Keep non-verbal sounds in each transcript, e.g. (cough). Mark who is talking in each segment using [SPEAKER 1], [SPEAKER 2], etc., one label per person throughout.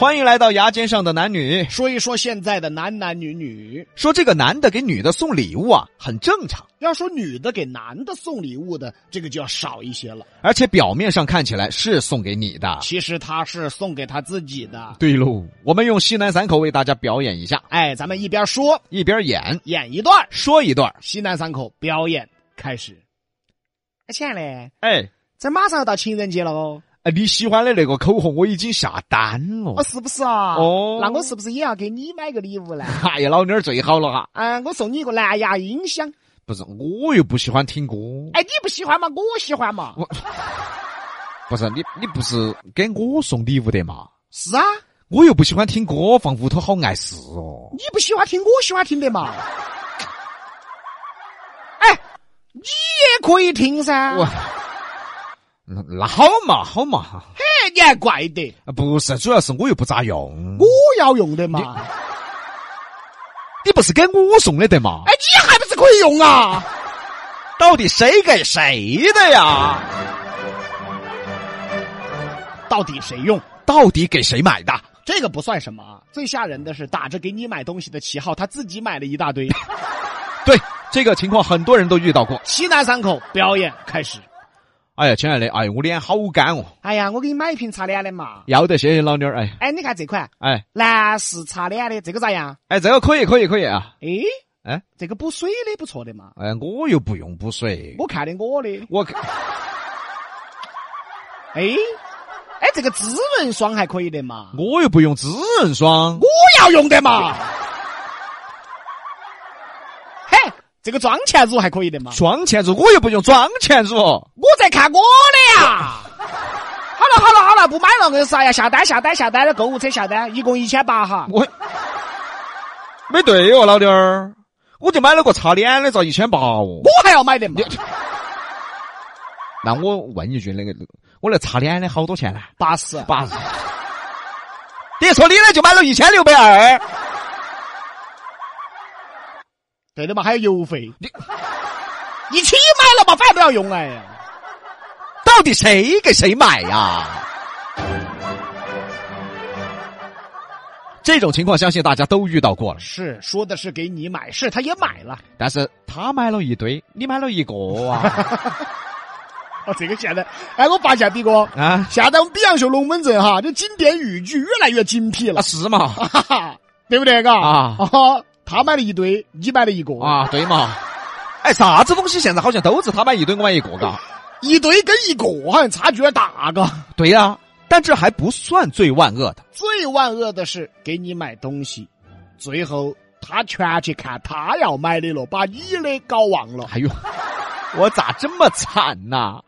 [SPEAKER 1] 欢迎来到牙尖上的男女。
[SPEAKER 2] 说一说现在的男男女女，
[SPEAKER 1] 说这个男的给女的送礼物啊，很正常，
[SPEAKER 2] 要说女的给男的送礼物的，这个就要少一些了。
[SPEAKER 1] 而且表面上看起来是送给你的。
[SPEAKER 2] 其实他是送给他自己的。
[SPEAKER 1] 对喽，我们用西南散口为大家表演一下，
[SPEAKER 2] 哎，咱们一边说
[SPEAKER 1] 一边演，
[SPEAKER 2] 演一段，
[SPEAKER 1] 说一段。
[SPEAKER 2] 西南三口表演开始。亲爱的，
[SPEAKER 1] 哎，
[SPEAKER 2] 这马上要到情人节了哦，
[SPEAKER 1] 哎你喜欢的那个口红我已经下单了
[SPEAKER 2] 哦，。是不是啊？
[SPEAKER 1] 哦
[SPEAKER 2] 那我是不是也要给你买个礼物呢？
[SPEAKER 1] 哎呀，老妞儿最好了哈！
[SPEAKER 2] 嗯，我送你一个蓝牙音箱。
[SPEAKER 1] 不是，我又不喜欢听歌。
[SPEAKER 2] 哎，你不喜欢嘛？我喜欢嘛。
[SPEAKER 1] 不是你，你不是给我送礼物的嘛？
[SPEAKER 2] 是啊，
[SPEAKER 1] 我又不喜欢听歌，放屋头好碍事哦。
[SPEAKER 2] 你不喜欢听，我喜欢听的嘛。哎，你也可以听噻。
[SPEAKER 1] 我那那好嘛，好嘛。
[SPEAKER 2] 嘿，哎你还怪得
[SPEAKER 1] 啊，不是，主要是我又不咋用。
[SPEAKER 2] 我要用的嘛。哎，
[SPEAKER 1] 你不是给我送的得嘛？哎，
[SPEAKER 2] 你还不是可以用啊？
[SPEAKER 1] 到底谁给谁的呀？
[SPEAKER 2] 到底谁用？
[SPEAKER 1] 到底给谁买的？
[SPEAKER 2] 这个不算什么啊，最吓人的是打着给你买东西的旗号，他自己买了一大 (laughs) 堆。
[SPEAKER 1] 对，这个情况很多人都遇到过。
[SPEAKER 2] 西南三口表演开始。
[SPEAKER 1] 哎呀，亲爱的，哎，我脸好干哦。
[SPEAKER 2] 哎呀，我给你买一瓶擦脸的嘛。
[SPEAKER 1] 要得，谢谢老妞儿。哎，
[SPEAKER 2] 哎，你看这款
[SPEAKER 1] 哎，
[SPEAKER 2] 男士擦脸的，这个咋样？
[SPEAKER 1] 哎，这个可以，可以，可以啊。
[SPEAKER 2] 哎
[SPEAKER 1] 哎，
[SPEAKER 2] 这个补水的不错的嘛。
[SPEAKER 1] 哎，我又不用补水。
[SPEAKER 2] 我看的我的，
[SPEAKER 1] 我
[SPEAKER 2] 哎哎，这个滋润霜还可以的嘛。
[SPEAKER 1] 我又不用滋润霜
[SPEAKER 2] 我。要用的嘛。嘿，这个妆前乳还可以的嘛。
[SPEAKER 1] 妆前乳我又不用妆前乳。
[SPEAKER 2] 我在看我的呀。好了好了好了，不买了，我跟你说哎呀，下单下单下单的购物车下单，一共一千八哈。
[SPEAKER 1] 我没对哦，老妞儿，我就买了个擦脸的，遭一千八哦。
[SPEAKER 2] 我还要买的嘛，
[SPEAKER 1] 那我问一句，那个我那擦脸的好多钱呢？
[SPEAKER 2] 八十。
[SPEAKER 1] 八十。别说你呢，就买了一千六百二。
[SPEAKER 2] 对的嘛，还有邮费。一起买了嘛，反正都要用哎呀。
[SPEAKER 1] 到底谁给谁买呀、这种情况，相信大家都遇到过了。
[SPEAKER 2] 是说的是给你买，是他也买了。
[SPEAKER 1] 但是他买了一堆，你买了一个啊
[SPEAKER 2] 哦，这个现在，哎，我发现比哥，
[SPEAKER 1] 啊
[SPEAKER 2] 现在我们比洋秀龙门阵哈，这经典语句越来越精辟了
[SPEAKER 1] 啊！，是嘛？
[SPEAKER 2] 哈哈， (laughs) 对不对？嘎
[SPEAKER 1] 啊
[SPEAKER 2] 哈他买了一堆，你买了一个，
[SPEAKER 1] 啊， (laughs) 对嘛？哎，啥子东西现在好像都是他买一堆，我买一个，嘎。
[SPEAKER 2] 一堆跟一个好像差距有点大，嘎。
[SPEAKER 1] 对呀、但这还不算最万恶的。
[SPEAKER 2] 最万恶的是给你买东西，最后他全去看他要买的了，把你的搞忘了。
[SPEAKER 1] 哎呦， (laughs) 我咋这么惨呐、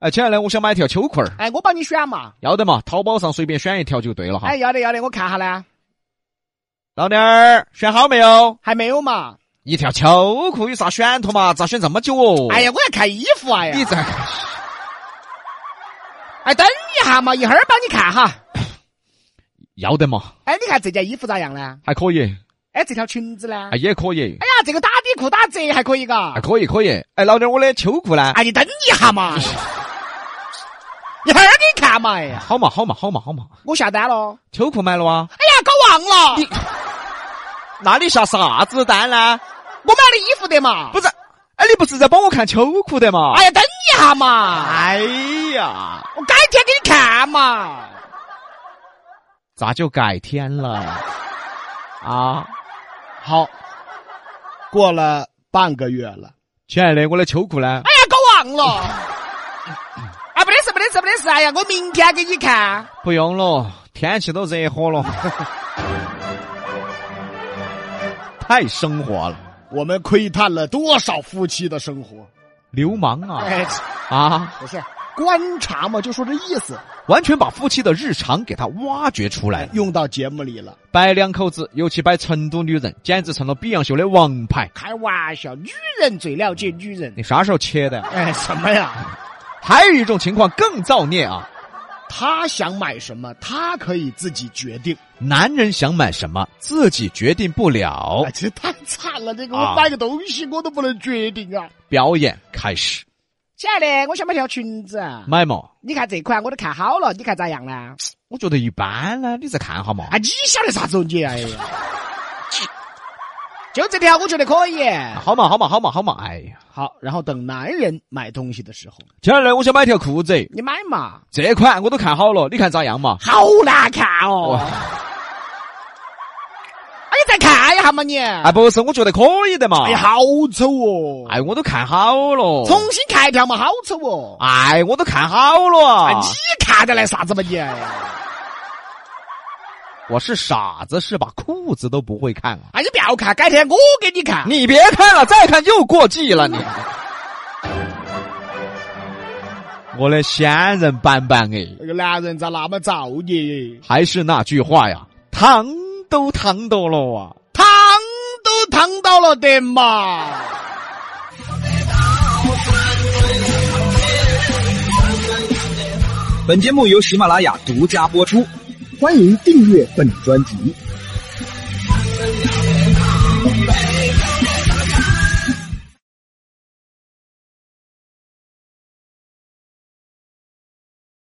[SPEAKER 1] 哎，接下来我想买一条秋裤儿，
[SPEAKER 2] 哎，我帮你选嘛。
[SPEAKER 1] 要得嘛，淘宝上随便选一条就对了哈。
[SPEAKER 2] 哎，要得要得，我看下呢，
[SPEAKER 1] 老妞儿，选好没有？
[SPEAKER 2] 还没有嘛。
[SPEAKER 1] 一条秋裤有啥选头嘛？咋选这么久哦？
[SPEAKER 2] 哎，呀，我要看衣服啊呀
[SPEAKER 1] 你。这，
[SPEAKER 2] 哎，等一下嘛，一会儿帮你看哈。
[SPEAKER 1] (laughs) 要得嘛，
[SPEAKER 2] 哎，你看这件衣服咋样呢？
[SPEAKER 1] 还可以，
[SPEAKER 2] 哎，这条裙子呢？
[SPEAKER 1] 哎也可以，
[SPEAKER 2] 哎呀，这个打底裤打折还可以嘎
[SPEAKER 1] 还。可以可以。哎，老妞儿，我的秋裤呢？
[SPEAKER 2] 哎，你等一下嘛，一会儿给你看嘛。哎呀，
[SPEAKER 1] 好嘛好嘛好嘛好嘛，
[SPEAKER 2] 我下单了。
[SPEAKER 1] 秋裤买了
[SPEAKER 2] (laughs)
[SPEAKER 1] 哇？
[SPEAKER 2] 哎呀，搞忘了，
[SPEAKER 1] 那你下啥子单呢？
[SPEAKER 2] 我买了衣服的嘛。
[SPEAKER 1] 不是，哎，你不是在帮我看秋裤的嘛？
[SPEAKER 2] 哎呀，等一下嘛，
[SPEAKER 1] 哎呀，
[SPEAKER 2] 我改天给你
[SPEAKER 1] (laughs)
[SPEAKER 2] 看嘛。哎
[SPEAKER 1] 咋就改天了？啊，
[SPEAKER 2] 好，过了半个月了。
[SPEAKER 1] 亲爱的，我的秋裤呢？
[SPEAKER 2] 哎呀，搞忘了。啊，没得事，没得事，没得事。哎呀，我明天给你看。
[SPEAKER 1] 不用了，天气都热
[SPEAKER 2] (laughs)
[SPEAKER 1] 火了，太生活了，
[SPEAKER 2] 我们窥探了多少夫妻的生活？
[SPEAKER 1] 流氓啊
[SPEAKER 2] 哎，
[SPEAKER 1] 啊！
[SPEAKER 2] 不是，观察嘛，就说这意思，
[SPEAKER 1] 完全把夫妻的日常给他挖掘出来了。
[SPEAKER 2] 哎用到节目里了。
[SPEAKER 1] 摆两口子，尤其摆成都女人，简直成了比洋秀的王牌。
[SPEAKER 2] 开玩笑，女人最了解女人。
[SPEAKER 1] 你啥时候切的？
[SPEAKER 2] 哎，什么呀？
[SPEAKER 1] 还有一种情况更造孽啊！
[SPEAKER 2] 他想买什么，他可以自己决定。
[SPEAKER 1] 男人想买什么，自己决定不了
[SPEAKER 2] 哎，。这太惨了，这个
[SPEAKER 1] 啊
[SPEAKER 2] 我买个东西我都不能决定啊。
[SPEAKER 1] 表演开始，
[SPEAKER 2] 亲爱的，我想买条裙子，啊
[SPEAKER 1] 买嘛？
[SPEAKER 2] 你看这款我都看好了，你看咋样呢？
[SPEAKER 1] 我觉得一般呢，你再看哈嘛。
[SPEAKER 2] 啊，你晓得啥子哦你？哎呀，就这条我觉得可以。
[SPEAKER 1] 好嘛，好嘛，好嘛，好嘛！哎呀，
[SPEAKER 2] 好，然后等男人买东西的时候，
[SPEAKER 1] 亲爱的，我想买条裤子，
[SPEAKER 2] 你买嘛，
[SPEAKER 1] 这款我都看好了，你看咋样嘛？
[SPEAKER 2] 好难看哦。
[SPEAKER 1] 哇
[SPEAKER 2] 哎，你再看一下嘛你。
[SPEAKER 1] 哎，不是，我觉得可以的嘛。
[SPEAKER 2] 哎呀，好丑哦！
[SPEAKER 1] 哎，我都看好了。
[SPEAKER 2] 重新看一条嘛，好丑哦！
[SPEAKER 1] 哎，我都看好了
[SPEAKER 2] 啊，。你看得来啥子嘛你？哎呀
[SPEAKER 1] 我是傻子是吧？裤子都不会看啊！
[SPEAKER 2] 啊，你不要看，改天我给你看。
[SPEAKER 1] 你别看了，再看又过季了你。
[SPEAKER 2] 哎
[SPEAKER 1] 我的仙人板板哎，
[SPEAKER 2] 那个男人咋那么造孽？
[SPEAKER 1] 还是那句话呀，烫都烫到了啊！
[SPEAKER 2] 烫都烫到了的嘛！
[SPEAKER 3] 本节目由喜马拉雅独家播出。
[SPEAKER 4] 欢迎订阅本专辑。
[SPEAKER 5] Hãy subscribe cho kênh Ghiền Mì Gõ Để không bỏ lỡ